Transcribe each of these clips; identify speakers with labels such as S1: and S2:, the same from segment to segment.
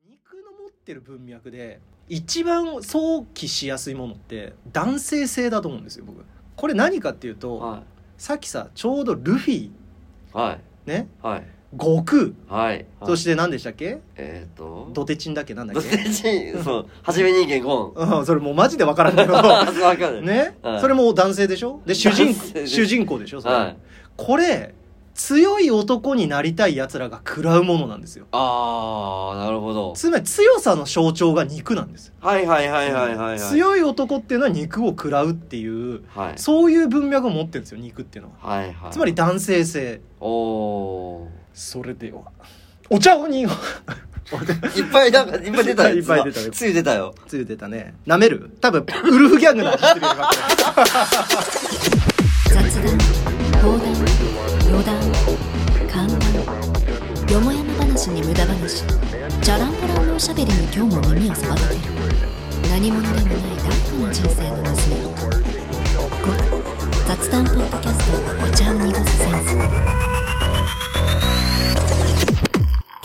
S1: ってる文脈で一番想起しやすいものって男性性だと思うんですよ僕これ何かっていうと、
S2: は
S1: さっきさちょうどルフィ
S2: いはい
S1: ね
S2: はい
S1: 悟空
S2: はい
S1: そしてて何でしたっけ
S2: えっ、ー、と
S1: ドテチンだっけなんだ
S2: ど
S1: っ
S2: っ
S1: け
S2: ちそう初め人間ゴ
S1: うんそれもうマジで分から んけ
S2: ーンあ
S1: ど
S2: そうわか る
S1: ね、
S2: はい
S1: それも男性でしょで主人
S2: 男性です
S1: 主人公でしょそれ、
S2: はい
S1: これ強い男になりたいやつらが食らうものなんですよ
S2: ああなるほど
S1: つまり強さの象徴が肉なんですよ
S2: はいはいはいはいはいはい
S1: 強い男っていうのは肉を食らうっていう
S2: はい
S1: そういう文脈を持ってるんですよ肉っていうのは
S2: はいはい
S1: つまり男性性
S2: おお
S1: それではお茶をに
S2: ーいっぱいなんかいっぱい出たよ
S1: いっぱい出たよ
S2: つい出たよ
S1: ついてたね舐める多分ウルフギャングの話してるよ今
S3: 雑談講談余談簡談よもやま話に無駄話チャランポランのおしゃべりに今日も耳をそばめてる何者でもないダークな人生の娘ご雑談ポッドキャストお茶を濁すセンス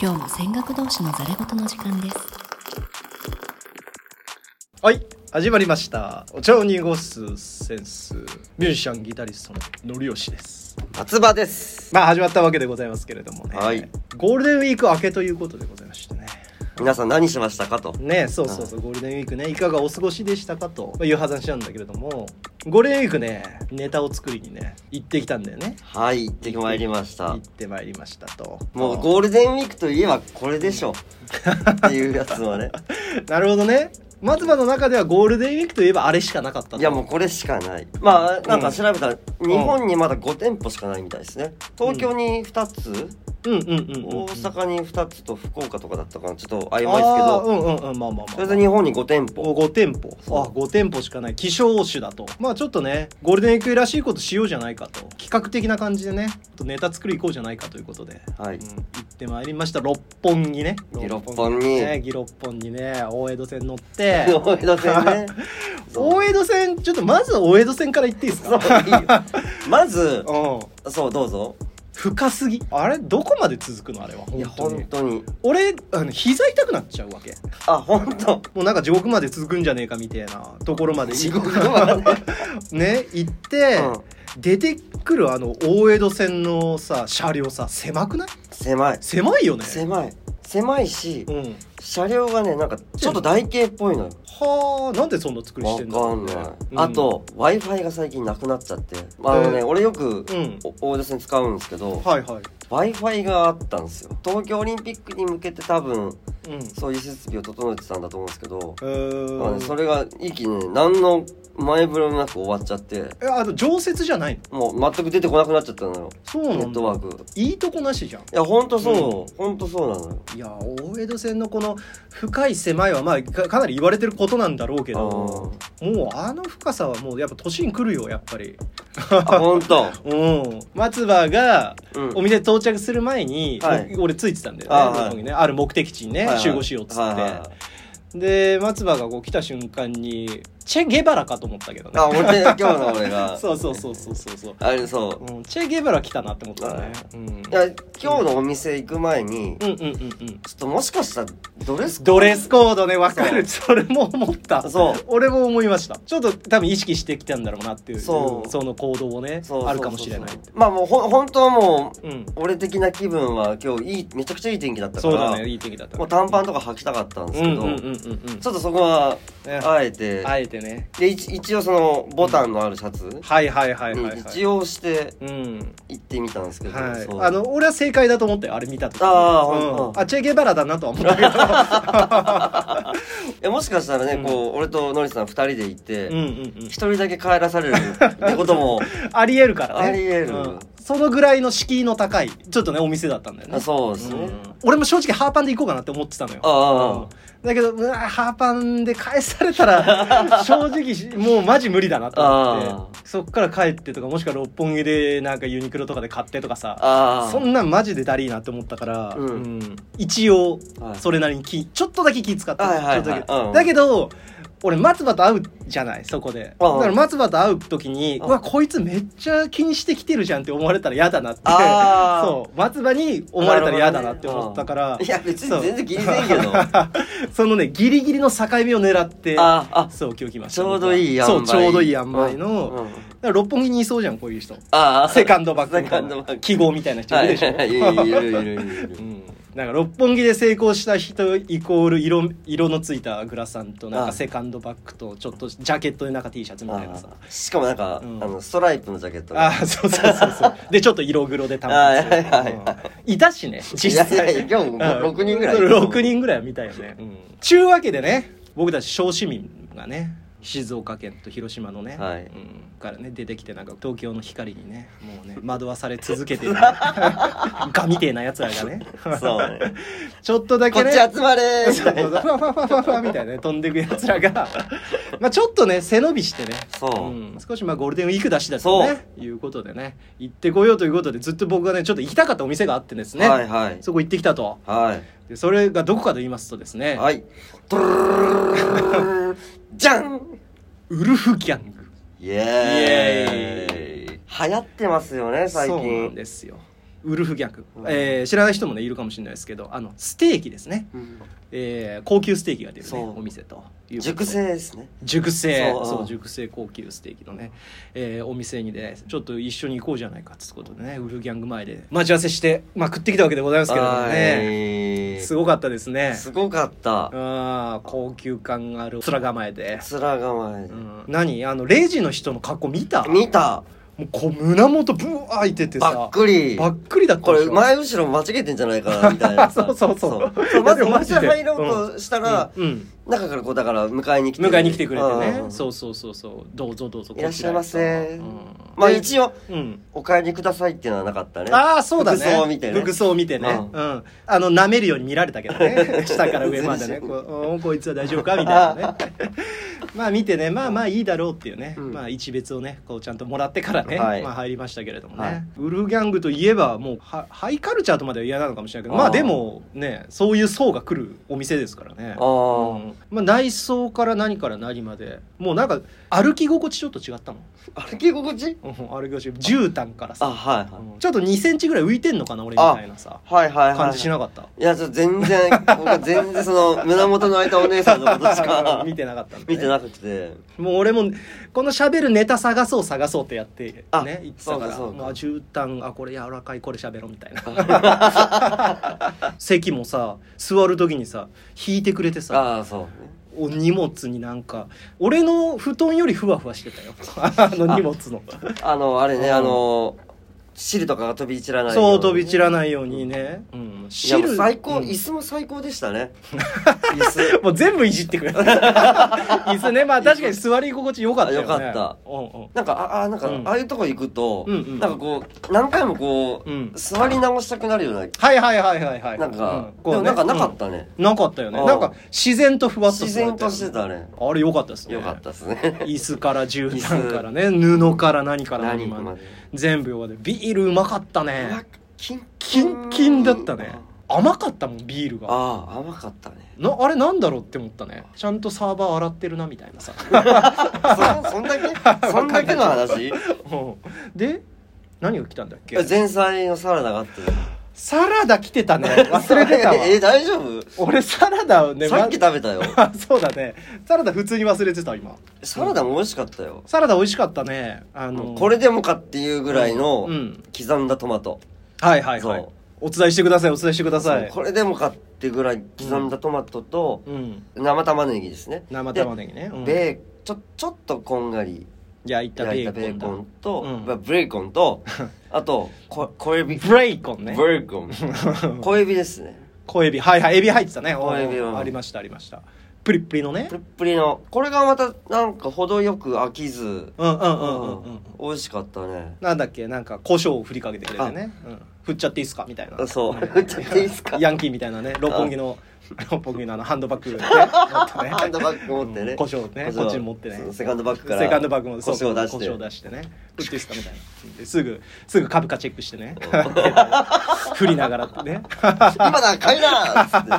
S3: 今日も戦学同士のざれ言の時間です
S1: はい始まりましたお茶を濁すセンスミュージシャンギタリストののりよしです
S2: 夏場です
S1: まあ始まったわけでございますけれどもね、
S2: はい
S1: ゴールデンウィーク明けということでございましてね
S2: 皆さん何しましたかと
S1: ねそうそうそうゴールデンウィークねいかがお過ごしでしたかという話なんだけれどもゴールデンウィークねネタを作りにね行ってきたんだよね
S2: はい行ってまいりました
S1: 行ってまいりましたと
S2: もうゴールデンウィークといえばこれでしょっていうやつはね
S1: なるほどね松葉の中ではゴールデンウィークといえばあれしかなかったと
S2: いやもうこれしかないまあなんか調べたら日本にまだ5店舗しかないみたいですね東京に2つ
S1: うんうんうんうん、
S2: 大阪に2つと福岡とかだったかなちょっと曖昧ですけ
S1: あー
S2: ど
S1: うんうんうんまあまあまあ
S2: それで日本に5店 舗
S1: 5店舗
S2: そう
S1: あ5店舗しかない希少種だとまあちょっとねゴールデンウィークらしいことしようじゃないかと企画的な感じでねちょっとネタ作り行こうじゃないかということで、
S2: は
S1: う
S2: い
S1: ん行ってまいりました六本木ね
S2: ギロッポンに
S1: ねギロッポンにね大江戸線乗 って
S2: 大江戸線ねそう
S1: 大江戸線ちょっとまず大江戸線から行っていいです
S2: そう
S1: か
S2: いいよまず
S1: うん
S2: そうどうぞ
S1: 深すぎあれどこまで続くのあれはい
S2: や
S1: 本当
S2: 本
S1: に
S2: 当に
S1: 俺あの膝痛くなっちゃうわけ
S2: あ本当
S1: もうなんか地獄まで続くんじゃねえかみたいなところまで
S2: 地獄まで
S1: ね行って、
S2: うん
S1: 出てくるあの大江戸線のさ車両さ狭くない
S2: 狭い
S1: 狭いよね
S2: 狭い狭いし
S1: うん
S2: 車両がねなんかちょっと台形っぽいのよ
S1: はあなんでそんな作りし
S2: わ
S1: てんだろ
S2: かん
S1: うね
S2: ない、
S1: うん
S2: あと w i f i が最近なくなっちゃってあのね、
S1: えー
S2: 俺よく、
S1: うん
S2: お大江戸線使うんですけど w
S1: はいはい
S2: i f i があったんですよ東京オリンピックに向けて多分
S1: うん
S2: そういう設備を整えてたんだと思うんですけど、
S1: えー
S2: まあねそれが一気にね何の前触れもなく終わっちゃって
S1: えあと常設じゃないの
S2: もう全く出てこなくなっちゃったのよ
S1: そう
S2: ネ
S1: な
S2: ッ
S1: ん
S2: ト
S1: だ
S2: ワーク
S1: いいとこなしじゃん
S2: いやほんとそう、ほんとそうなのよ
S1: いや大江戸線のこの深い狭いはまあかかなり言われてることなんだろうけどもうあの深さはもうやっぱ年に来るよやっぱり
S2: あーあほ んと、
S1: うん松葉が
S2: うん、
S1: お店到着する前に、
S2: はい
S1: 僕俺ついてたんだよね
S2: あはい
S1: 六本木ねある目的地にね、
S2: はいはい
S1: 集合しようっつって、
S2: はいはい
S1: で松葉がこう来た瞬間にチェ・ゲバラかと思ったけどね
S2: あ俺今日の俺が
S1: そうそうそうそうそうそう、
S2: あれそう
S1: うん、チェ・ゲバラ来たなって思ったね、うん、うん
S2: いや今日のお店行く前に、ちょ
S1: うんうんうん
S2: っともしかしたらドレスコード
S1: ドレスコードね分かるそれも思った
S2: そう
S1: 俺も思いましたちょっと多分意識してきたんだろうなっていう
S2: そう
S1: の行動をね
S2: そうそうそうそう
S1: あるかもしれない
S2: まあもうほ本当はもう
S1: うん
S2: 俺的な気分は今日いいめちゃくちゃいい天気だったか
S1: そう
S2: ら
S1: だねいい天気だったね
S2: もう短パンとか履きたかったんです
S1: うん
S2: け
S1: うん
S2: ど、
S1: うんうんうん
S2: ちょっとそこは
S1: ね
S2: あえて、
S1: あえてね
S2: で一一応そのボタンのあるシャツ
S1: はいはいはいはい、は
S2: に
S1: い、
S2: 一応して
S1: うん
S2: 行ってみたんですけど、
S1: はい
S2: そう
S1: あの俺は正解だと思ったよあれ見た時
S2: あ
S1: う
S2: ー
S1: ん
S2: ほんと
S1: あチェ・ゲバラだなとは思 ったけど
S2: えもしかしたらね、
S1: ん
S2: こう俺とノリさん二人で行って
S1: うんうんうん
S2: 一、人だけ帰らされるってこ とも
S1: ありえるからね
S2: ありえる
S1: うんそのぐらいの敷居の高いちょっとねお店だったんだよね
S2: あそうですね、
S1: うん俺も正直ハーパンで行こうかなって思ってたのよ
S2: ああああ
S1: うんだけどうわハーパンで返された ら正直しもうマジ無理だなと思ってそっから帰ってとかもしくは六本木でなんかユニクロとかで買ってとかさ
S2: ああ
S1: そんなんマジでだりーなって思ったから、
S2: うん
S1: うん一応
S2: はい
S1: それなりに気ちょっとだけ気使ってた
S2: はいはいはい
S1: ちょっとだけ
S2: うん
S1: だけど俺松葉と会うじゃないそこでだ
S2: うん
S1: から松葉と会う時に
S2: うん
S1: うわこいつめっちゃ気にしてきてるじゃんって思われたら嫌だなって
S2: あ ー
S1: そう松葉に思われたら嫌だなって思ったから、
S2: いや別
S1: そ
S2: に
S1: う
S2: 全然気にせんけど
S1: そのねギリギリの境目を狙って
S2: ああ
S1: そう今日来まし
S2: ち
S1: た
S2: ょうどいいやん
S1: そうちょうどいい塩梅の、だ
S2: うん
S1: か
S2: う
S1: ら
S2: ん
S1: 六本木にいそうじゃんこういう人
S2: ああ
S1: セカンドバックみたい
S2: セカンドバッ
S1: な
S2: ク
S1: 記号みたいな人いるでしょ、
S2: はいいるいるいるいる
S1: うんなんか六本木で成功した人イコール色色のついたグラサンとなん
S2: ああ
S1: かセカンドバッグとちょっとジャケットでなんか T シャツみたいなさ
S2: あーしかもなんか、
S1: うん
S2: あのストライプのジャケット
S1: ああそうそうそうそう でちょっと色黒で短
S2: あ
S1: 髪
S2: ーはいはいはい
S1: うんいたしね実
S2: いや
S1: 際
S2: いやいや今日も
S1: うん
S2: 6人ぐらい
S1: 6人ぐらいは見たよね、うん、ちゅうわけでね僕たち小市民がね静岡県と広島のね、
S2: は
S1: う
S2: い
S1: んからね出てきてなんか東京の光にねもうね惑わされ続けてる、ね、 ガみてえなやつらがね
S2: そうね
S1: ちょっとだ
S2: こ
S1: け
S2: っ
S1: ね
S2: ち集まれーみ
S1: そ
S2: た
S1: うそうそ
S2: い
S1: う
S2: な
S1: ふわふわふわふわふわみたいなね飛んでくやつらがまあちょっとね背伸びしてね
S2: そう
S1: うん少しまあゴールデンウィーク出しだとねいうことでね行ってこようということでずっと僕がねちょっと行きたかったお店があってですね、
S2: はいはい
S1: そこ行ってきたと
S2: はい
S1: でそれがどこかと言いますとですね、
S2: はい。ドゥルルルルルルじゃん
S1: ウルフギャング
S2: イエーイ流行ってますよね、最
S1: そうなん
S2: 近。
S1: ですよウルフギャング、
S2: うん
S1: えー知らない人もねいるかもしれないですけどあのステーキですね、
S2: うん
S1: えー高級ステーキが出る、
S2: そ
S1: ね、
S2: う
S1: お店ということで
S2: 熟成ですね。
S1: 熟成
S2: そう
S1: そう
S2: うん
S1: 熟成高級ステーキのね、えーお店にねちょっと一緒に行こうじゃないかっつうことでねウルギャング前で待ち合わせして、まあ、食ってきたわけでございますけれどもね
S2: はい
S1: すごかったですね
S2: すごかった。
S1: あー高級感がある面構えで、
S2: 面構え
S1: う
S2: で。
S1: ん、何あのレジの人の格好見た
S2: 見た
S1: もうこう胸元ブワー開いててさ
S2: ばっくり。
S1: ばっくりだった
S2: こ
S1: でし
S2: れ
S1: ょ
S2: 前後ろ間違えてんじゃないかなみたいなさ
S1: そうそうそう
S2: そうまず
S1: いやでも
S2: お
S1: マジ
S2: 店
S1: で
S2: 入ろうとしたら、
S1: うんうん
S2: 中からこうだから迎えに来て
S1: 迎えに来てくれて
S2: う
S1: ね
S2: ん
S1: そうそうそうそうどうぞどうぞ
S2: いらっしゃいませ
S1: うん
S2: まあ一応
S1: うん
S2: お帰りくださいっていうのはなかったね
S1: ああそうだね
S2: 服装見てね
S1: 服装を見てね
S2: う
S1: うん、あの舐めるように見られたけど ね下から上までねこうおこいつは大丈夫かみたいなね まあ見てねまあまあいいだろうっていうね、
S2: うん
S1: まあ一別をねこうちゃんともらってからね、
S2: はい
S1: まあ入りましたけれどもね、
S2: はい
S1: ウルフギャングといえばもうハハイカルチャーとまでは嫌なのかもしれないけどま
S2: あ
S1: あ
S2: ー
S1: でもねそういう層が来るお店ですからね
S2: あー
S1: うんまあ、内装から何から何までもうなんか歩き心地ちょっと違ったもん、
S2: 歩き心地
S1: うん、歩き心地絨毯からさ
S2: あはいはい
S1: ちょっと2センチぐらい浮いてんのかな俺みたいなさ
S2: はいはいはい。
S1: 感じしなかった
S2: いや、ちょっと全然、僕は全然その、胸元の開いたお姉さんのことしか
S1: 見てなかったんで、
S2: 見
S1: ね、
S2: てなくて。
S1: もう俺もこの喋るネタ探そう探そうってやって
S2: あ
S1: ね言ってたから
S2: そうかそうか
S1: まあ絨毯あこれ柔らかいこれ喋ろうみたい な席もさ座る時にさ引いてくれてさ
S2: ああ、そうね。
S1: お荷物になんか俺の布団よりふわふわしてたよあの荷物の
S2: あの、あれね、
S1: うん
S2: あの、汁とかが飛び散らないよに
S1: そう飛び散らないようにね、うん、
S2: いや、もう最
S1: う
S2: 高、
S1: ん
S2: 椅子も最高でし たね。椅子。
S1: もう全部いじって くれ椅子ねまあ確かに座り心地良かったよね
S2: 良かった
S1: うんうん
S2: なんか、ああ、なんか、
S1: うん
S2: ああいうとこ行くと、
S1: うんうん
S2: なんかこう、何回もこう、
S1: うん
S2: 座り直したくなるような、
S1: はいはいはいはいはい
S2: なんか、
S1: うん
S2: でもなんかなかっ
S1: ね
S2: たね。
S1: うんなかったよ
S2: う
S1: ね
S2: ん
S1: なんか自然とふわっと
S2: 自然としてたね。
S1: あれ良かったですね
S2: よかったですね。
S1: 椅子から絨毯からね布から何から何
S2: 何ま
S1: ま
S2: で
S1: で。全部用でビールうまかった
S2: うわ
S1: ね
S2: キン
S1: キンキンだったね甘かったもんビールが
S2: ああ甘かっ たね
S1: なあれなんだろうって思ったねちゃんとサーバー洗ってるなみたいな さ
S2: そそんだけそんだけの話
S1: うんで何が来たんだっけ
S2: 前菜のサラダがあって
S1: サラダ来てたね 忘れてたわ
S2: え大丈夫
S1: 俺サラダをね
S2: さっき
S1: ま
S2: 食べたよ
S1: そうだねサラダ普通に忘れてた今
S2: サラダも美味しかったよ
S1: サラダ美味しかったねあの
S2: これでもかっていうぐらいの
S1: うん
S2: 刻んだトマト
S1: はいはいは
S2: そ
S1: いうお伝えしてくださいお伝えしてください
S2: これでもかってぐらい刻んだトマトと
S1: うん
S2: 生玉ねぎですね
S1: 生玉ねぎね、うん
S2: でベーちょちょっとこんがり
S1: 焼いたベ
S2: 焼いたベ
S1: ー
S2: ーコ
S1: コン
S2: ンと
S1: うん
S2: まあブレイコンとあとこ小エビ
S1: だブレイコンね
S2: ブレイコン 小エビですね
S1: 小エビはいはいエビ入ってたねお
S2: 小エビは
S1: ありましたありましたプリップリのね
S2: プリップリのこれがまたなんか程よく飽きず、
S1: うんうんうん
S2: う
S1: うんうん
S2: 美味しかったね
S1: なんだっけなんか胡椒を振りかけてくれてね、うん、振っちゃっていいっすかみたいな
S2: そうちょっといいですか
S1: ヤンキーみたいなね六本木の 六本木のあのハンドバッグね
S2: ハンドバッ グ持ってね
S1: うん胡椒をね
S2: 胡椒
S1: こっちに持ってね
S2: そうセカンドバッグから
S1: セカンドバッグも
S2: 胡
S1: そう
S2: 椒を出して
S1: 胡椒を出してね打っていいっすかみたいなですぐすぐ株価チェックして ね振りながらってね
S2: 今だ買いなっつって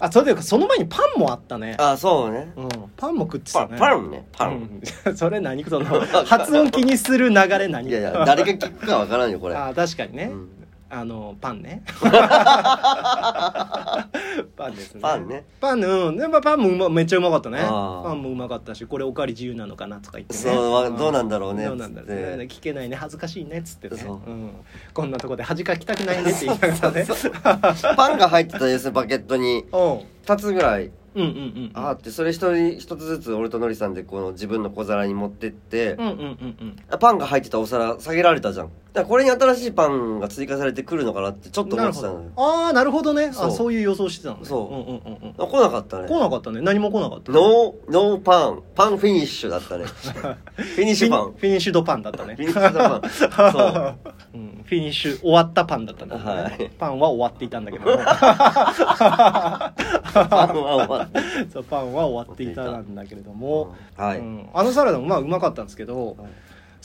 S1: あそれでその前にパンもあったね、
S2: あそうね
S1: うん、パンも食って
S2: パ
S1: た
S2: ン
S1: ね
S2: パンねパン、
S1: うん それ何 その発音気にする流れ何
S2: いやいや誰が聞くかわからんよこれ
S1: あ確かにね、
S2: うん
S1: ああのパンね パンですね
S2: パンね
S1: パンうんやっぱパンもうまめっちゃうまかったね
S2: あー
S1: パンもうまかったしこれおかわり自由なのかなとか言ってね
S2: そうわどうなんだろうね
S1: どうなんだろうね
S2: つって
S1: 聞けないね恥ずかしいねっつってね、、
S2: そうん
S1: こんなとこで恥かきたくないねって言いながら ね
S2: パンが入ってたですねバケットに
S1: お
S2: 2つぐらい
S1: うんうんうんうん
S2: あってそれ一人一つずつ俺とノリさんでこの自分の小皿に持ってって
S1: うんうんうん
S2: パンが入ってたお皿下げられたじゃんだからこれに新しいパンが追加されてくるのかなってちょ
S1: う
S2: っ
S1: ん
S2: と
S1: な
S2: 思
S1: る
S2: って
S1: ほ
S2: たの
S1: ど
S2: よ
S1: ああなるほどね
S2: そ
S1: あ
S2: う
S1: そういう予想してたのね
S2: そう
S1: うんうんうんうん
S2: あ来なかったね
S1: 来なかったね何も来なかったね
S2: ノーノーパンパンフィニッシュ だったねフィニッシュパン
S1: フィニッシュドパンだったね、
S2: フィニッシュパンそう
S1: ん、フィニッシュ終わったパンだったんだけどね、
S2: はい
S1: パンは終わっていたんだ けども
S2: うパンは終わった
S1: そうパンは終わっていたんだけれども、
S2: はい、
S1: うんあのサラダもまあうまかったんですけど、
S2: はい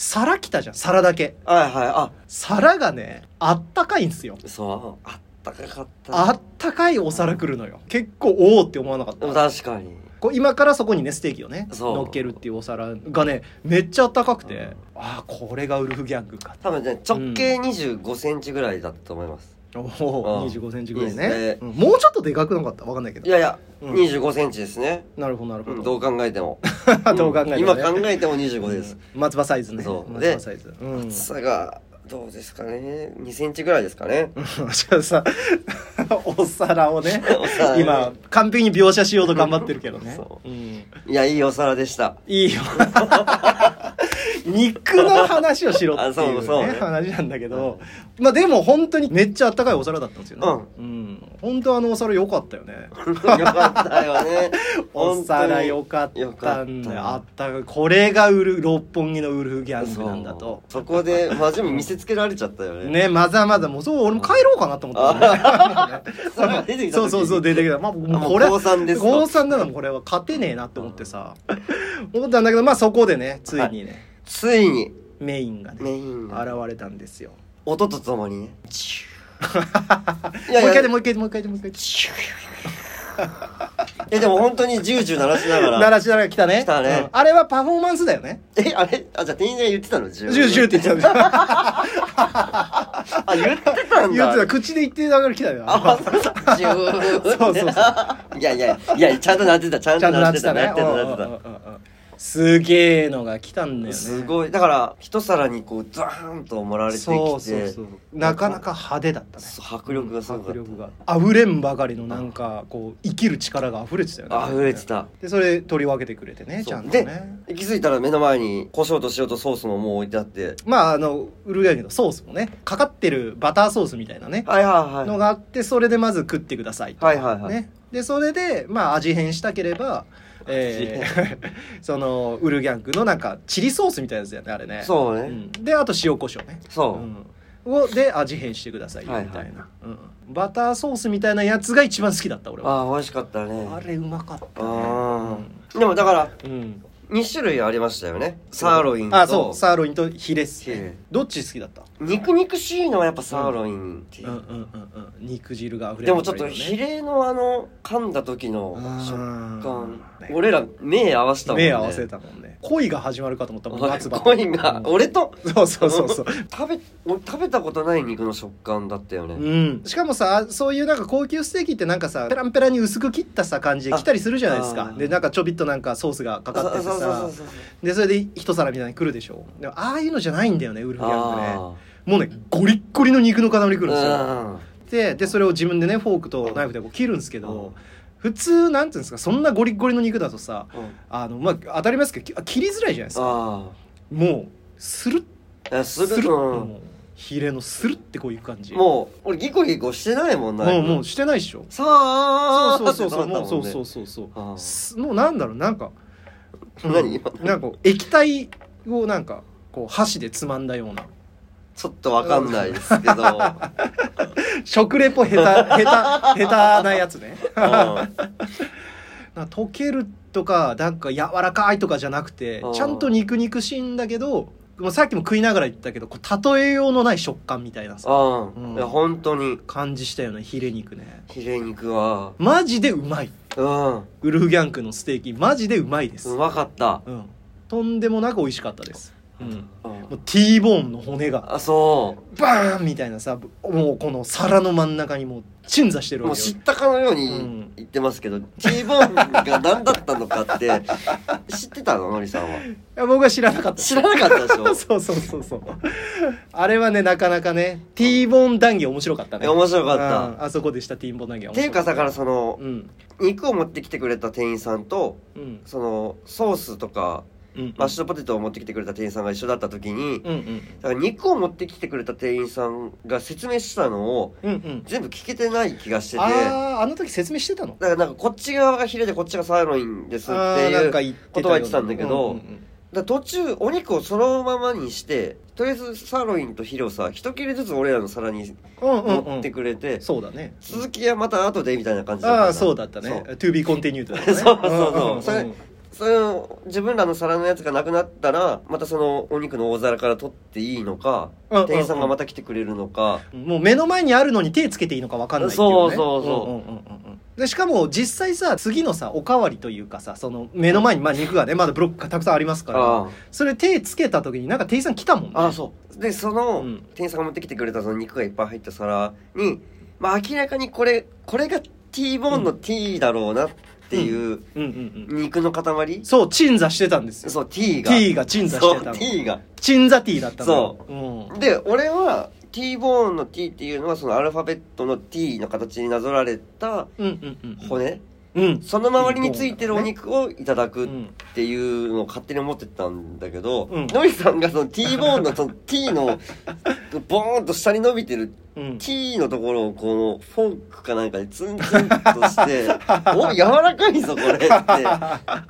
S1: 皿来たじゃん皿だけ
S2: はいはいあ
S1: 皿がねあったかいんですよ
S2: そうあったかかった
S1: あったかいお皿来るのよ結構おおって思わなかっ
S2: でも
S1: た
S2: 確かに
S1: こう今からそこにねステーキをね
S2: そう
S1: 乗っけるっていうお皿がねめっちゃあったかくて、ああこれがウルフギャングか
S2: 多分ね直径2 5センチぐらいだったと思います、
S1: おお
S2: うん
S1: 2 5ンチぐらい
S2: いい
S1: ね
S2: ですね
S1: うんもうちょっとでかくなかったわかんないけ
S2: い
S1: ど
S2: やいや、
S1: うん
S2: 2 5センチですね、
S1: なるほどなるほ
S2: うん
S1: ど
S2: どう考えても
S1: どう考えてもね
S2: 今考えても25です、
S1: うん松葉サイズね
S2: そう
S1: 松葉サイズうん
S2: 厚さがどうですかね2センチぐらいですかね
S1: じゃあさお皿をね
S2: お皿ね
S1: 今完璧に描写しようと頑張ってるけどね
S2: そ
S1: うん
S2: いやいいお皿 でした
S1: いいよ肉の話をしろっていう,、ね
S2: あそうそうね
S1: 話なんだけど、まあでも本当にめっちゃあったかいお皿だったんですよねうん、本当あのお皿良かったよね
S2: よかったよね
S1: お皿良
S2: よ
S1: かっ
S2: よ
S1: た
S2: かっ
S1: んだよ
S2: た
S1: あったかいこれがウル六本木のウルフギャング
S2: そう
S1: なんだと
S2: そこでまあでも見せつけられちゃったよね
S1: ねまざまざもうそう俺も帰ろうかなと思った、ね、
S2: それが出てきた時
S1: そ
S2: に
S1: うそうそう出てきた、まあ、
S2: あもう
S1: これ
S2: 高三ですと
S1: 高三なのこれは勝てねえなって思ってさ思ったんだけどまあそこでねついにね、
S2: ついに
S1: メインがね
S2: メイン
S1: 現
S2: が
S1: れたんですよ。
S2: 音とともにねい
S1: もう
S2: や
S1: 一
S2: い
S1: 回
S2: や
S1: で
S2: い
S1: もう一回でもう一回でもう一回
S2: やでも本当にジュージュー鳴らしなが
S1: で。
S2: ら
S1: 鳴らしながら来たね。
S2: 来たね
S1: うんあれはパフォーマンスだよね。
S2: えあれあじゃあ店員が言ってたのジ
S1: ジ
S2: ュ
S1: ュージューって言ってたんだ。
S2: あ言ってたんだ
S1: 言 ってた口で言ってながら来たよ。
S2: あジュー
S1: そうそう
S2: いやいやいやちゃんと鳴ってたちゃん
S1: ちゃ
S2: と
S1: んと
S2: 鳴
S1: なっ
S2: ってて
S1: た
S2: た
S1: ね。
S2: 鳴ってた鳴って
S1: う
S2: た
S1: んうんうんうんすげえのが来たんだよね。
S2: す
S1: い。
S2: ごいだから一皿にこうザーンと盛られてきて
S1: そうそうそう。なかなか派手だったね。
S2: そう迫力がすごか
S1: 迫
S2: っ
S1: 力が。溢れんばかりのなんかこう生きる力が溢れてたよね。
S2: た溢れて。た
S1: でそれ取り分けてくれてねちゃんと
S2: で
S1: ね。
S2: 気づいたら目の前に胡椒と塩とソースももう置いてあって
S1: まああのウルグアイのソースもねかかってるバターソースみたいなね
S2: はいはい
S1: の
S2: は
S1: があってそれでまず食ってください
S2: いはいはいはい
S1: ね、でそれで、まあ、味変したければ、えーそのウルギャングのなんかチリソースみたいなやつだよねあれね
S2: そう
S1: う
S2: ね
S1: ん、であと塩コショウね
S2: そう、
S1: んをで味変してくださいよ
S2: はい
S1: みたいな、
S2: は
S1: うん、バターソースみたいなやつが一番好きだった俺は
S2: ああ美味しかったね
S1: あれうまかった
S2: あ
S1: ね
S2: あでもだから
S1: うん、うん
S2: 2種類ありましたよねサーロインと
S1: あそうサーロインとヒレっすね
S2: ヒレ
S1: どっち好きだった
S2: 肉肉しいのはやっぱサーロインっていう、
S1: うんうんうんうん肉汁が溢れ
S2: で
S1: ん
S2: も
S1: ば
S2: ちょ
S1: か
S2: っ
S1: りのね
S2: とヒレのあの噛んだ時の食感
S1: あーね
S2: 俺ら目合わせたもんね
S1: 目合わせたもんね恋が始まるかと思ったもん松葉
S2: コインが
S1: うん
S2: 俺と
S1: そうそうそうそう
S2: 食べ俺食べたことない肉の食感だったよね、
S1: うん、しかもさそういうなんか高級ステーキってなんかさペランペラに薄く切ったさ感じで来たりするじゃないです
S2: ああ
S1: か
S2: ー
S1: でなんかちょびっとなんかソースがかかってて
S2: そうそうそ
S1: さ
S2: うそう
S1: でそれで一皿みたいに来るでしょでもああいうのじゃないんだよねウルフギャングね
S2: あ
S1: もうねゴリッゴリの肉の塊来るんですよ
S2: ーうん
S1: ででそれを自分でねフォークとナイフでこう切るんですけど普通なんていうんですかそんなゴリッゴリの肉だとさ
S2: うん
S1: あのまあ当たり前ですけどき切りづらいじゃないですか
S2: あ
S1: もうスルッ
S2: あいやする
S1: スルッ
S2: うん
S1: もうヒレのスルッってこういう感じ
S2: もう俺ギコギコしてないもんな
S1: もうもうしてないっしょ
S2: さあ
S1: そうそうそうそう、もうそうそううそうそう
S2: ああ
S1: すもうなんだろうなんかうん
S2: 何今
S1: なんかこう液体をなんかこう箸でつまんだような
S2: ちょっとわかんないですけど、 うん
S1: 食レポ下手下手下手なやつねなんか溶けるとかなんか柔らかいとかじゃなくて
S2: ああ
S1: ちゃんと肉肉しいんだけどもうさっきも食いながら言ったけどこう例えようのない食感みたいなさう
S2: う
S1: ん
S2: ん、いや本当に
S1: 感じしたよねヒレ肉ね
S2: ヒレ肉は
S1: マジでうまい
S2: うん
S1: ウルフギャンクのステーキマジでうまいです
S2: うまかった、
S1: うん、とんでもなく美味しかったです、うん、
S2: うん
S1: もう T ボーンの骨が
S2: あそ
S1: バーンみたいなさもうこの皿の真ん中にもう鎮座して
S2: う
S1: る
S2: も
S1: わ
S2: う
S1: け
S2: 知っ
S1: よ
S2: たかのよう
S1: うん
S2: に言ってますけど、T ボーンが何だったのかって知ってたののりさんはい
S1: や僕は知らなかった
S2: 知らなかったでし ょ
S1: そうそうそうそうあれはねなかなかね T ボーン談義面白かった
S2: い
S1: ね
S2: や面白かった、
S1: うんあそこでした T ボーン談義は
S2: っ
S1: 面
S2: ていう
S1: 白か
S2: か
S1: っ
S2: だからそ
S1: た
S2: の
S1: うん
S2: 肉を持ってきてくれた店員さんと
S1: うん
S2: そのソースとか
S1: うん
S2: マッシュドポテトを持ってきてくれた店員さんが一緒だった時に
S1: うんうん
S2: だから肉を持ってきてくれた店員さんが説明したのを
S1: うんうん
S2: 全部聞けてない気がしててだ
S1: あああの時説明してたの
S2: からなんかこっち側がヒレでこっちがサーロインですって
S1: あー
S2: いうだか
S1: 言って
S2: ことは言ってたんだけど
S1: うんうん
S2: ら途中お肉をそのままにしてとりあえずサーロインとヒレをさ一切れずつ俺らの皿に
S1: うんうんうん
S2: 持ってくれて
S1: そうだね
S2: 続きはまた後でみたいな感じだった
S1: ああそうだったね
S2: そ
S1: To
S2: う
S1: be continued だったね
S2: そうそうそうん
S1: ん
S2: それそれを自分らの皿のやつがなくなったらまたそのお肉の大皿から取っていいのか
S1: うん
S2: 店員さんがまた来てくれるのか
S1: もう目の前にあるのに手つけていいのか分かんないっていうね
S2: そうそうそうん
S1: んんうんでしかも実際さ次のさおかわりというかさその目の前に、まあ、肉がねまだブロックがたくさんありますから
S2: あ
S1: それ手つけた時になんか店員さん来たもんね
S2: あああそうでその
S1: うん
S2: 店員さんが持ってきてくれたその肉がいっぱい入った皿にまあ明らかにこれこれが T ボーンの T だろうなっていう
S1: うんうんうん
S2: 肉の塊
S1: そう鎮座してたんですよ
S2: そう T が
S1: T が鎮座してた
S2: そ
S1: の
S2: う T が
S1: 鎮座 T だったのようん
S2: で俺は T ボーンの T っていうのはそのアルファベットの T の形になぞられた
S1: うんうんうん
S2: 骨
S1: うん
S2: その周りについてるお肉をいただ
S1: う
S2: く
S1: ん
S2: っていうのを勝手に思ってたんだけど、
S1: うん
S2: ノリさんがその T ボーンのその T のボーンと下に伸びてる
S1: うん
S2: T のところをこのフォークかなんかでツンツンとして 「お柔らかいぞこれ」って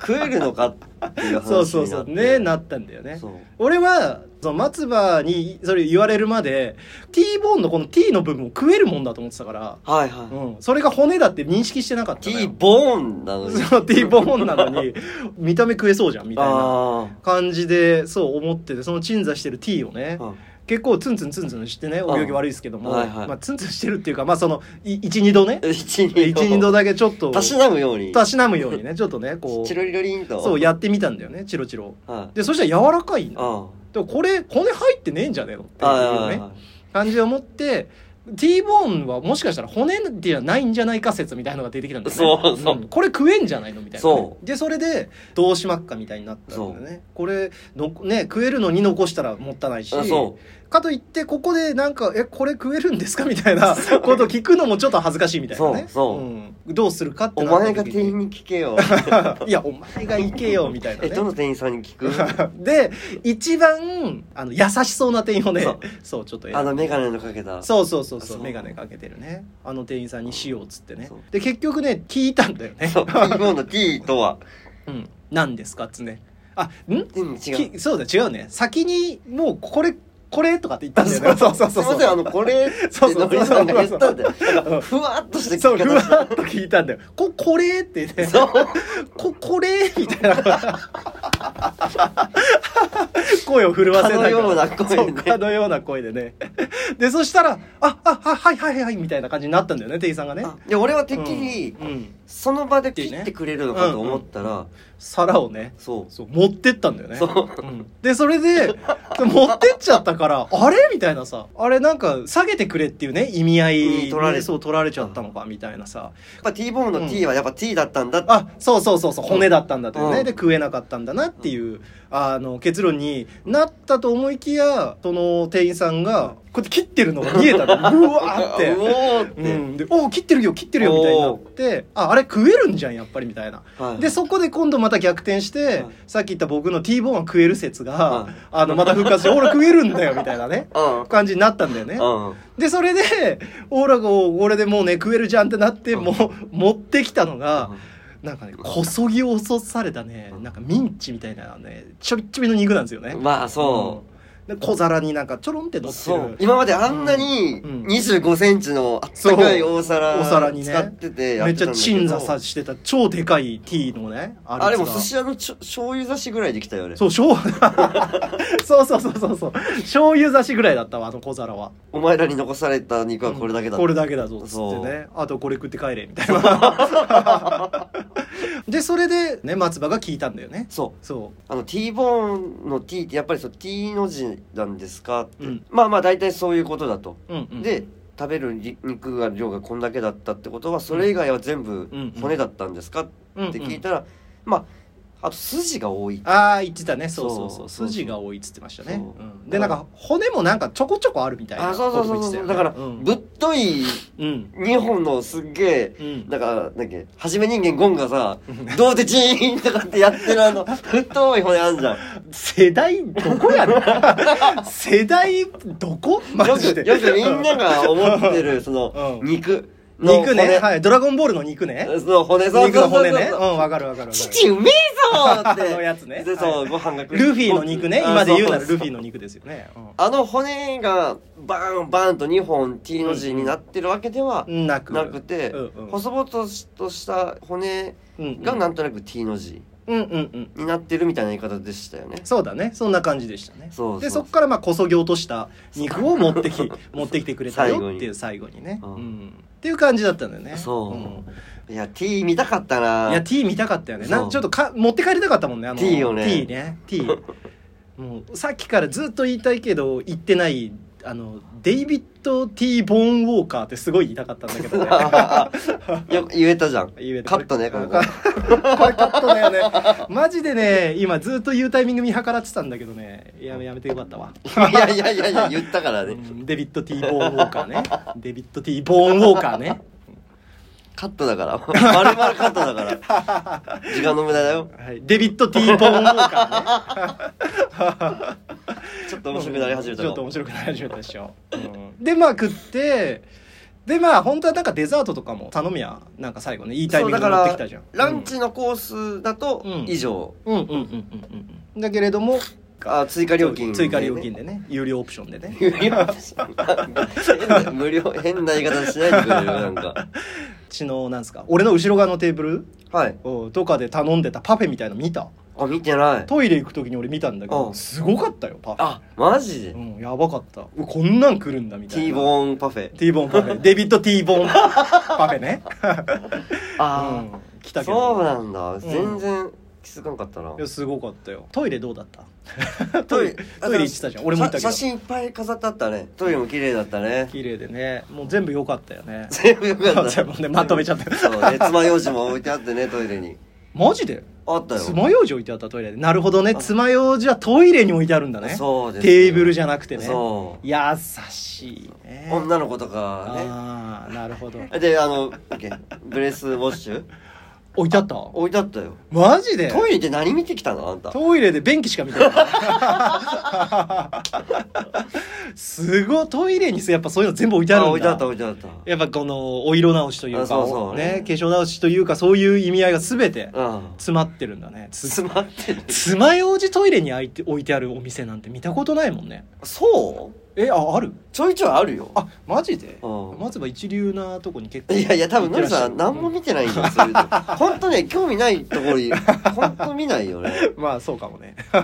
S2: 食えるのかっていう話になって
S1: そうそうそうねなったんだよね
S2: そう
S1: 俺はその松葉にそれ言われるまで T ボーンのこの T の部分を食えるもんだと思ってたから、
S2: はいはい、
S1: うん、それが骨だって認識してなかったの
S2: T
S1: よ
S2: ボーンなのに
S1: その T ボーンなのに見た目食えそうじゃんみたいな
S2: あ
S1: 感じでそう思っててその鎮座してる T をね
S2: ーうん
S1: 結構ツンツンツンツンしてねお行儀悪いですけども、
S2: はいはい
S1: まあ、ツンツンしてるっていうかまあその12度ね
S2: 一二度
S1: 12度だけちょっと
S2: たしなむように
S1: たしなむようにねちょっとねこ
S2: チ
S1: う
S2: ロリロリンと
S1: そうやってみたんだよねチロチロ
S2: はい
S1: でそしたら柔らかいんだ
S2: あ
S1: でもこれ骨入ってねえんじゃねえのってい
S2: あ
S1: う
S2: はいはい
S1: ね
S2: はい
S1: 感じを持って T ボーンはもしかしたら骨ではないんじゃないか説みたいのが出てきたんです
S2: そうそうん
S1: これ食えんじゃないのみたいなね、
S2: そ
S1: でそれでどうしまっかみたいになったんだよねこれのね食えるのに残したらもったいないし
S2: あそう
S1: かといってここでなんか「えこれ食えるんですか?」みたいなこと聞くのもちょっと恥ずかしいみたいなね
S2: そうそ
S1: うんどうするかって
S2: お
S1: なった
S2: 前が
S1: 時
S2: 店
S1: に
S2: 員に聞けよ。
S1: 「いやお前が行けよ」みたいな
S2: え、
S1: ね
S2: どの店員さんに聞 く
S1: で一番あの優しそうな店員をね
S2: そ
S1: そう
S2: う
S1: ちょっと選んで
S2: あの、メガネのかけた。
S1: そうそうそうそう
S2: そう
S1: 眼鏡かけてるねあの店員さんにしようっつってね
S2: そう
S1: で結局ね聞いたんだよね
S2: そう。T ボーンの T とは。
S1: 「うん、何ですか?」っつね「あん
S2: うん、違う。
S1: きそうだ違うね先にもうこれこれ」とかって言ったんだよねそうそうそう
S2: すい
S1: そ
S2: ま
S1: う
S2: せん、あの、これって
S1: そうそう
S2: のりさんが言った んで。なん
S1: う
S2: か
S1: ん
S2: ふわっとして
S1: そう
S2: 聞き
S1: ふ
S2: 方
S1: わっと聞いたん だよ「ここれ」ってね
S2: そう。
S1: 「 ここれ」みたいな 声を震わせながら
S2: かのような声で
S1: そ
S2: ね
S1: うかのような声でねでそしたら「あああはいはいはい」みたいな感じになったんだよね店員さんがね
S2: あで、俺はてっきり、
S1: うんうん
S2: その場で切ってくれるのかと思ったら、
S1: 皿をね
S2: そう。
S1: そう持ってったんだよね
S2: そう
S1: うんでそれで持ってっちゃったからあれみたいなさあれなんか下げてくれっていうね意味合い
S2: うん
S1: に
S2: 取られ
S1: そう取られちゃったのかみたいなさ
S2: やっぱ T ボーンの T はやっぱ T だったんだって。
S1: あそうそうそうそう骨だったんだというね、
S2: うん
S1: で食えなかったんだなっていうあの結論になったと思いきやその店員さんがこうやって切ってるのが見 えたのうわーって
S2: う。おーっ
S1: う
S2: て。
S1: ん、で「おお切ってるよ切ってるよ」みたいになって「ああれ食えるんじゃんやっぱり」みたいな
S2: はい
S1: で、そこで今度また逆転して、
S2: はい
S1: さっき言った僕の T ボーンは食える説が、
S2: はい
S1: あのまた復活して「俺食えるんだよ」みたいなね
S2: うん。
S1: 感じになったんだよね。
S2: うん。
S1: でそれでオーラが俺でもうね食えるじゃんってなって
S2: うん
S1: もう持ってきたのがなんかねこそぎ落とされたねなんかミンチみたいなねちょびっちょびの肉なんですよね。
S2: まあ、そ
S1: う
S2: う。
S1: んで小皿になんかちょろんって乗って
S2: そう
S1: る。
S2: 今まであんなに
S1: うん
S2: 25センチのあったかい
S1: そう
S2: 大皿
S1: お皿にね
S2: 使っててや
S1: め
S2: て
S1: っちゃ
S2: たんだけど
S1: 鎮座さしてた超でかい T のねあれ
S2: あれも寿司屋のちょ醤油差しぐらいできたよね
S1: そう、 醤そうそうそうそうそう。醤油差しぐらいだったわ、あの小皿は。
S2: お前らに残された肉はこれだけだ
S1: これだけだぞ、つっ
S2: そ
S1: てね
S2: う。
S1: あとこれ食って帰れ、みたいな。 でそれでね松葉が聞いたんだよね
S2: そう
S1: そ
S2: あの T ボーンの T ってやっぱりその T の字なんですかって、
S1: うん
S2: まあまあ大体そういうことだと、
S1: う、うんうん、
S2: で食べる肉が量がこんだけだったってことはそれ以外は全部
S1: うん
S2: 骨だったんですかっ
S1: うんうん
S2: て聞いたら、まああと筋が多い
S1: ああ言ってたねそうそうそ
S2: そうう
S1: 筋が多いっつってましたね
S2: そう
S1: うんでなんか骨もなんかちょこちょこあるみたいな
S2: あそうそうそうそう、だから、
S1: うん
S2: ぶっとい
S1: うん
S2: 2本のすっげえ
S1: うん
S2: だからなんだっけはじめ人間ゴンがさどうでチーンとかってやってるあの 太い骨あんじゃん
S1: 世代どこやね ん世代どこマ
S2: よ
S1: ジ
S2: く
S1: で
S2: よくみんなが思ってるその
S1: うん
S2: 肉の
S1: 肉ね
S2: 骨
S1: はいドラゴンボールの肉ね
S2: その骨そう
S1: 肉の骨
S2: そう
S1: ね
S2: そううんそう
S1: わかるわかるわかる
S2: 父うめえぞーって
S1: あのやつね
S2: でそうご飯が来る
S1: ルフィの肉ね
S2: あ
S1: 今で言うなら
S2: そ
S1: ル
S2: そ
S1: フィの肉ですよね
S2: あの骨がバーンバーンと2本 T の字になってるわけでは
S1: うんなく
S2: なくて
S1: うんうん
S2: 細々とした骨
S1: うん
S2: がなんとなく T の字
S1: うんうんうん
S2: になってるみたいな言い方でしたよね
S1: そうだねそんな感じでしたね
S2: そうそう
S1: でそこからまあこそぎ落とした肉を持って き持ってきてくれたよっていう最後にね、う
S2: うんん
S1: っていう感じだったんだよね
S2: そうんいや T 見たかったない
S1: や T 見たかったよねな
S2: そうん
S1: ちょっとか持って帰りたかったもんねあの
S2: T よね
S1: T ね T もうさっきからずっと言いたいけど言ってないあのデイビッド・ T ・ボーン・ウォーカーってすごい言いたかったんだけ どね
S2: よ言えたじゃん
S1: 言えた
S2: カットねここ
S1: これカットだよねマジでね今ずっと言うタイミング見計らってたんだけどねやめやめてよかったわ
S2: いやいやいや いや言ったから
S1: う
S2: ね
S1: んデビッド・ティー・ボーン・ウォーカー ねデビッド・ティー・ボーン・ウォーカーね
S2: カットだから丸々カットだから 時間の無駄だよ
S1: はいデビッド・ティー・ボーン・ウォーカー
S2: ちょっと
S1: ね
S2: 面白くなり始めた
S1: ちょっ
S2: の
S1: と面白くなり始めたでしょ、うんでまあ食ってでまあ本当はなんかデザートとかも頼みやなんか最後ねいいタイ
S2: そ
S1: ミ
S2: う
S1: ング
S2: だ
S1: で
S2: か
S1: 持ってき
S2: ら
S1: たじゃん
S2: ランチのコースだと
S1: うん
S2: 以上、
S1: うんうんうんうんうんうんだけれども
S2: あ追加料金、
S1: 追加料金でね有料オプションでね
S2: 無料変な無料変な言い方しないでくれるよなんか
S1: うちのなんですか俺の後ろ側のテーブル
S2: はい
S1: うんとかで頼んでたパフェみたいの見た
S2: あ見てない
S1: トイレ行く時に俺見たんだけ
S2: う
S1: ど
S2: ん
S1: すごかったよパフェ
S2: あマジで
S1: うん、やばかった。うわこんなん来るんだみたいな。
S2: T ボーンパフェ
S1: T ボーンパフェ。デビッド T ボーンパフェね。
S2: あ
S1: う
S2: あ、
S1: ん、来たけど。
S2: そうなんだ全然気づかんかったない
S1: や、すごかったよ。トイレどうだった
S2: トイレ
S1: トイレ行ってたじゃん。俺も行ったけ
S2: さ
S1: ど。
S2: 写真いっぱい飾ってあったねトイレも綺麗だったね。
S1: 綺麗でね。もう全部良かったよね
S2: 全部よかっ
S1: じゃ あ
S2: た
S1: もうね、まとめちゃった。
S2: そうね爪楊枝も置いてあってねトイレに
S1: マジで
S2: あったよ
S1: 爪楊枝置いてあったトイレで。なるほどね。爪楊枝はトイレに置いてあるんだね。
S2: そうですよ
S1: テーブルじゃなくてね。
S2: そ
S1: 優しいね
S2: う。女の子とか
S1: ああ、なるほど。
S2: ねであのなんだっけブレスウォッシュ
S1: 置いてあった
S2: 置いてあったよ
S1: マジで
S2: トイレで何見てきたのあんた
S1: トイレで便器しか見てない。 すごい、トイレにやっぱそういうの全部置いてあるんだ。
S2: あ置いてあった置いてあった
S1: やっぱこの、お色直しというか、
S2: あそうそう
S1: ね、化粧直しというか、そういう意味合いが全て
S2: うん
S1: 詰まってるんだね。つ
S2: 詰まってる
S1: 爪楊枝トイレに置いて置いてあるお店なんて見たことないもんね。
S2: そう
S1: え、あ、ある
S2: ちょいちょいあるよ
S1: あ、マジで
S2: うん
S1: まずは一流なとこに結構。
S2: いやいや多分ノリさん何も
S1: うん
S2: 見てないんだよそういうの本当ね興味ないところに本当見ないよね
S1: まあそうかも ねそ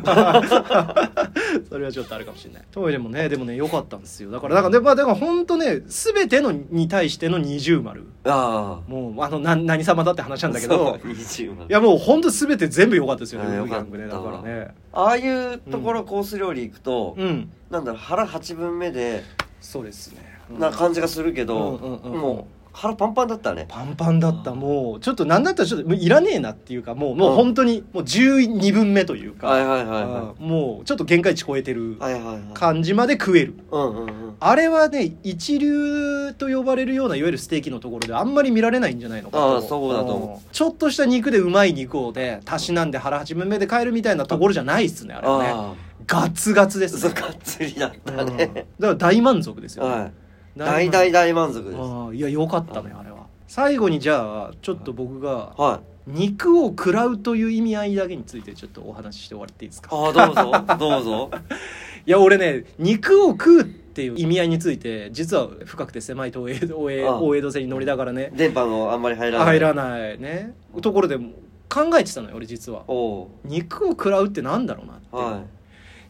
S1: れはちょっとあるかもしれないトイレもねでもね良かったんですよだからだからでまあだから本当ね全てのに対しての二重丸
S2: あ
S1: もうあのな何様だって話な
S2: あ
S1: んだけど
S2: そう20万
S1: いやもう本当全て全部良かったですよ
S2: い
S1: ね
S2: や
S1: ウーギャングね
S2: 良
S1: だ
S2: かった
S1: からね
S2: ああいうところコース料理行くと、
S1: うん
S2: なんだろう腹8分目で
S1: そうですね
S2: な感じがするけど、
S1: うんうんうんうん
S2: もう腹パンパンだったね
S1: パンパンだったもうちょっと何だったらちょっともういらねえなっていうかもうもう
S2: うん
S1: 本当にもう12分目という
S2: は
S1: か、
S2: いはい
S1: あ
S2: はいは
S1: ーもうちょっと限界値超えてる
S2: いはいはいはい
S1: 感じまで食える
S2: うんうんうん
S1: あれはね一流と呼ばれるようないわゆるステーキのところであんまり見られないんじゃないのかと
S2: ああそうだと思
S1: うんちょっとした肉でうまい肉をでたしなんで腹八分目で買えるみたいなところじゃないっすねあれはね
S2: ああ
S1: ガツガツです
S2: そう
S1: ね
S2: がっつりだっ
S1: う
S2: た
S1: んだか
S2: ね、
S1: ら大満足ですよ、
S2: はい
S1: 大満
S2: 大大大満足です
S1: 足ああいやよかったねあれは最後にじゃあちょっと僕が
S2: はい
S1: 肉を食らうという意味合いだけについてちょっとお話しして終わっていいですか
S2: あ あどうぞどうぞ
S1: いや俺ね肉を食うっていう意味合いについて実は深くて狭い東映
S2: ああ
S1: 大江戸線に乗りながらね
S2: 電波のあんまり入らない
S1: 入らないねところでも考えてたのよ俺実は
S2: おう
S1: 肉を食らうってなんだろうなって、
S2: は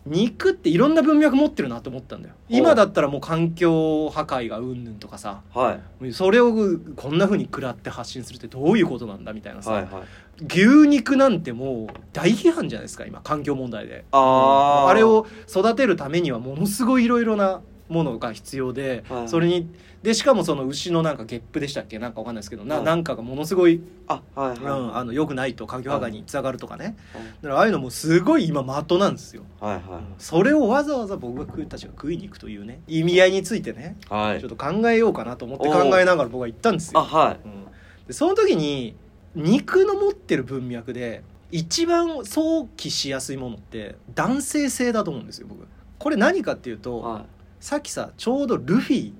S1: 肉っていろんな文脈持ってるなと思ったんだよ
S2: ほう
S1: 今だったらもう環境破壊がうんぬんとかさ
S2: はい
S1: それをこんな風に食らって発信するってどういうことなんだみたいなさ、
S2: はいはい
S1: 牛肉なんてもう大批判じゃないですか今環境問題で
S2: あー
S1: あれを育てるためにはものすごいいろいろなものが必要で、
S2: はい
S1: それにでしかもその牛のなんかゲップでしたっけなんかわかんないですけどな,、
S2: はい
S1: なんかがものすごい、
S2: あはいはい、
S1: うんあの良くないと環境破壊につながるとかね、
S2: はい
S1: だからああいうのもすごい今的なんですよ
S2: はい
S1: それをわざわざ僕たちが食いに行くというね意味合いについてね
S2: はいは
S1: ち
S2: い
S1: ょっと考えようかなと思って考えながら僕は行ったんです
S2: あ
S1: よ、
S2: はい
S1: うんでその時に肉の持ってる文脈で一番想起しやすいものって男性性だと思うんですよ僕これ何かっていうと、
S2: は
S1: さっきさちょうどルフィ
S2: い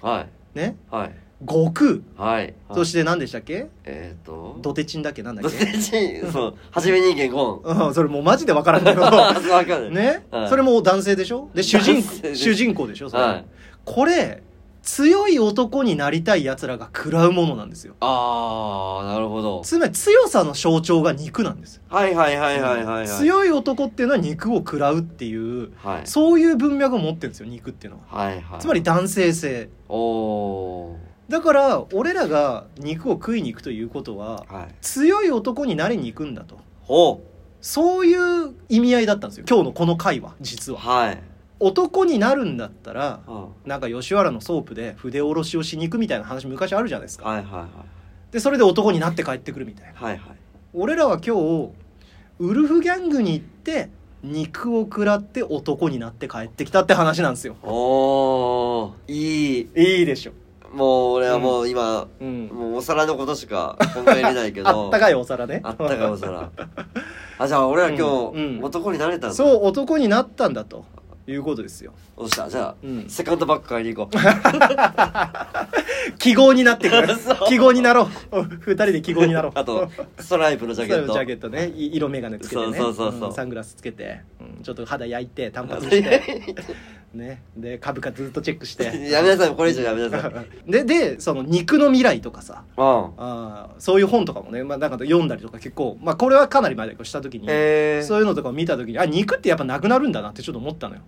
S2: はい
S1: ね
S2: はい
S1: 悟空
S2: はい
S1: そ
S2: はい
S1: して何でしたっけ
S2: えっと
S1: ドテチンだっけなんだ
S2: ど
S1: っ
S2: っ
S1: け、
S2: ちそう初め人間ゴン
S1: うん、それもうマジで分からんけ
S2: あ
S1: ど
S2: そうわかる
S1: ね、
S2: はい
S1: それも男性でしょで主人
S2: 男性です
S1: 主人公でしょそれ、
S2: はい
S1: これ強い男になりたい奴らが食らうものなんですよ
S2: ああなるほど
S1: つまり強さの象徴が肉なんです
S2: はいはいはいはいはいはい
S1: 強い男っていうのは肉を食らうっていう
S2: はい
S1: そういう文脈を持ってるんですよ肉っていうのは
S2: はいはい
S1: つまり男性性
S2: おお
S1: だから俺らが肉を食いに行くということは
S2: ーはい
S1: 強い男になりに行くんだと
S2: ほ
S1: そういう意味合いだったんですよ今日のこの回は実
S2: う
S1: は
S2: はい
S1: 男になるんだったら
S2: うん
S1: なんか吉原のソープで筆下ろしをしに行くみたいな話昔あるじゃないですか
S2: はいはいはい
S1: でそれで男になって帰ってくるみたいな
S2: はいはい
S1: 俺らは今日ウルフギャングに行って肉を食らって男になって帰ってきたって話なんですよ
S2: おおいい
S1: いいでしょ、
S2: もう俺はもう今、
S1: うん、
S2: もうお皿のことしか考えれないけど
S1: あった
S2: い
S1: かいお皿ね
S2: あったかいお皿あじゃあ俺ら今
S1: う
S2: 日、
S1: んうん
S2: 男になれた んだう
S1: そう男になったんだということですよ、
S2: おっしゃじゃあ、
S1: うん、
S2: セカンドバッグ買いに行こう
S1: 記号になってくる
S2: そう
S1: 記号になろう二人で記号になろう
S2: あとストライプのジ
S1: ジ
S2: ャケット
S1: ャケットねい色眼鏡つけてね
S2: そうそうそうそうん
S1: サングラスつけて、うんちょっと肌焼いて単 発してねで株価ずっとチェックして
S2: やめなさいこれ以上やめなさい
S1: ででその肉の未来とかさ
S2: うん
S1: あーそういう本とかもね、まあ、なんか読んだりとか結構、まあ、これはかなり前だけどした時に、
S2: えー、
S1: そういうのとかを見た時にあ肉ってやっぱなくなるんだなってちょっと思ったのよ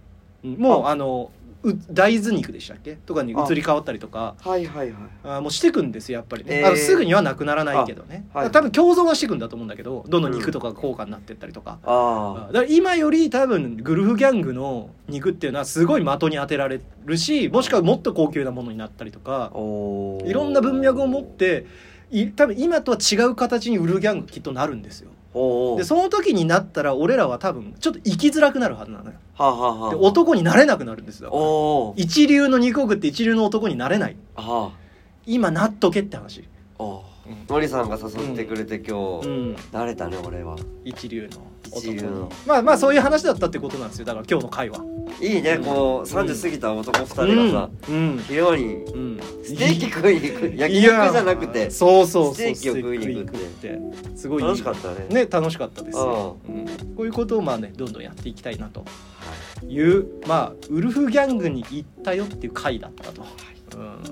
S1: うんもうあのう大豆肉でしたっけとかに移り変わったりとか
S2: はいはいはい
S1: あーもうしてくんですよやっぱりね、
S2: えー
S1: あのすぐにはなくならないけどね、
S2: あはい
S1: 多分共存はしてくんだと思うんだけどどんどん肉とかが高価になってったりとか、
S2: あ
S1: だから今より多分グルフギャングの肉っていうのはすごい的に当てられるしもしくはもっと高級なものになったりとか
S2: あおー
S1: いろんな文脈を持ってい多分今とは違う形にウルフギャングきっとなるんですよ
S2: おーおー
S1: でその時になったら俺らは多分ちょっと生きづらくなるはずなのよ
S2: はあ、はあはあ、
S1: で男になれなくなるんですよ
S2: おお
S1: 一流の肉を食って一流の男になれない
S2: は
S1: 今なっとけって話
S2: あおー森さんが誘ってくれて今
S1: う
S2: 日、
S1: ん
S2: 慣れたね俺は
S1: 一流の男
S2: 一流の
S1: まあまあそういう話だったってことなんですよだから今日の会話
S2: いいねこう30過ぎた男2人がさ、
S1: うん
S2: 昼に
S1: うん、うん、
S2: ステーキ食いに行く焼
S1: い
S2: き
S1: や
S2: 肉じゃなくて
S1: そうそうそう
S2: ステーキを食いに行くって
S1: ステーキ食いに行くってすごいいい
S2: 楽しかったね
S1: ね楽しかったですよ、うん、こういうことをまあねどんどんやっていきたいなというまあウルフギャングに行ったよっていう回だったと、うん、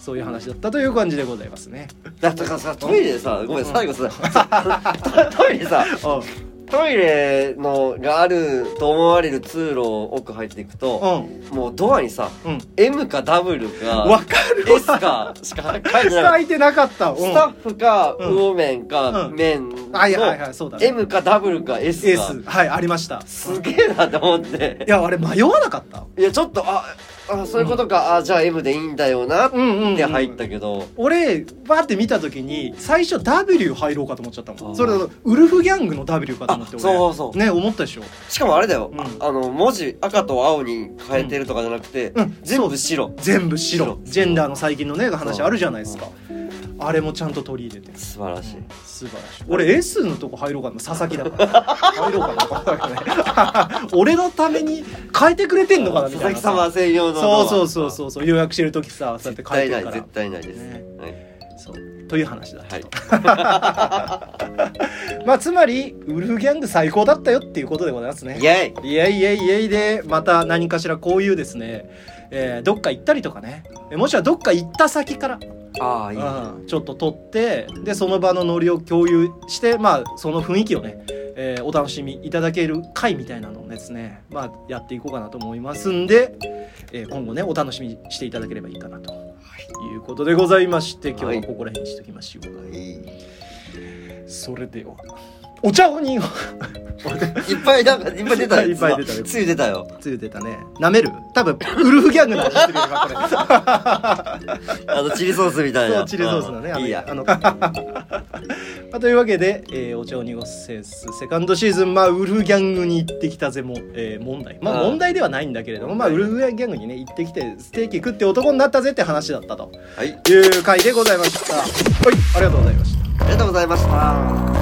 S1: そういう話だったという感じでございますね。
S2: だだからさトイレでさごめん
S1: うん
S2: 最後さト トイレさトイレのがあると思われる通路を奥入っていく
S1: う
S2: と、
S1: ん
S2: もうドアにさ
S1: うん、
S2: M か W か
S1: わかる
S2: S かしか書いてな
S1: 書
S2: い
S1: いてなかったわ。
S2: スタッフか
S1: うん
S2: 魚麺か
S1: うん
S2: 麺
S1: うん
S2: の
S1: はいはいはいそうだね。
S2: M か W か S か
S1: S はいありました。
S2: すげえなと思って
S1: いやあれ迷わなかった。
S2: いやちょっとああそういうことか、あじゃあ M でいいんだよなっ
S1: うんうんうん
S2: て入ったけど、
S1: 俺バーって見た時に最初 W 入ろうかと思っちゃったも
S2: あ
S1: ん。
S2: ー
S1: それウルフギャングの W かと思って
S2: あ
S1: 俺。
S2: そうそう
S1: ね思ったでしょ。
S2: しかもあれだよ、
S1: うん
S2: ああの文字赤と青に変えてるとかじゃなくて、
S1: うんうん
S2: 全部白
S1: 全部白
S2: 白
S1: ジェンダーの最近のね話あるじゃないですかあれもちゃんと取り入れて
S2: 素晴らしい、
S1: 素晴らしい俺 S のとこ入ろうかな佐々木だから入ろうかなとかね俺のために変えてくれてんのかなみ
S2: 佐
S1: たいな
S2: 々木
S1: さ
S2: 様専用の
S1: そうそうそう
S2: う
S1: そうそう予約してる時さそうやって
S2: 絶
S1: 変え
S2: 対
S1: て
S2: ない
S1: るから
S2: 絶対ないです、
S1: ね
S2: はい
S1: そうという話だったと、
S2: は
S1: まあつまりウルフギャング最高だったよっていうことでございますね
S2: い、イエイ
S1: いやいやいやいでまた何かしらこういうですね、えーどっか行ったりとかねえもしくはどっか行った先から
S2: ああいいね
S1: うんちょっと撮ってでその場のノリを共有してまあその雰囲気をねえーお楽しみいただける回みたいなのをですね、まあ、やっていこうかなと思いますんで、えー今後ねお楽しみにしていただければいいかなということでございまして今日はここら辺にしときましょう、
S2: い
S1: それではお茶をに
S2: っ ぱいなんかいっぱい出たよ
S1: いっぱい出たよ
S2: つゆ出たよ
S1: つゆ出たね舐める多分ウルフギャングの味してるよ今これ
S2: あのチリソースみたい
S1: そ
S2: な
S1: うチリソースのねあ
S2: うん
S1: の
S2: いいや
S1: あの まあというわけで、えーお茶を濁すセンスセカンドシーズンまあウルフギャングに行ってきたぜも、えー問題まあ
S2: うん
S1: 問題ではないんだけれども、まあ、ウルフギャングにね行ってきてステーキ食って男になったぜって話だったと
S2: はい
S1: いう回でございましたはいありがとうございました
S2: ありがとうございました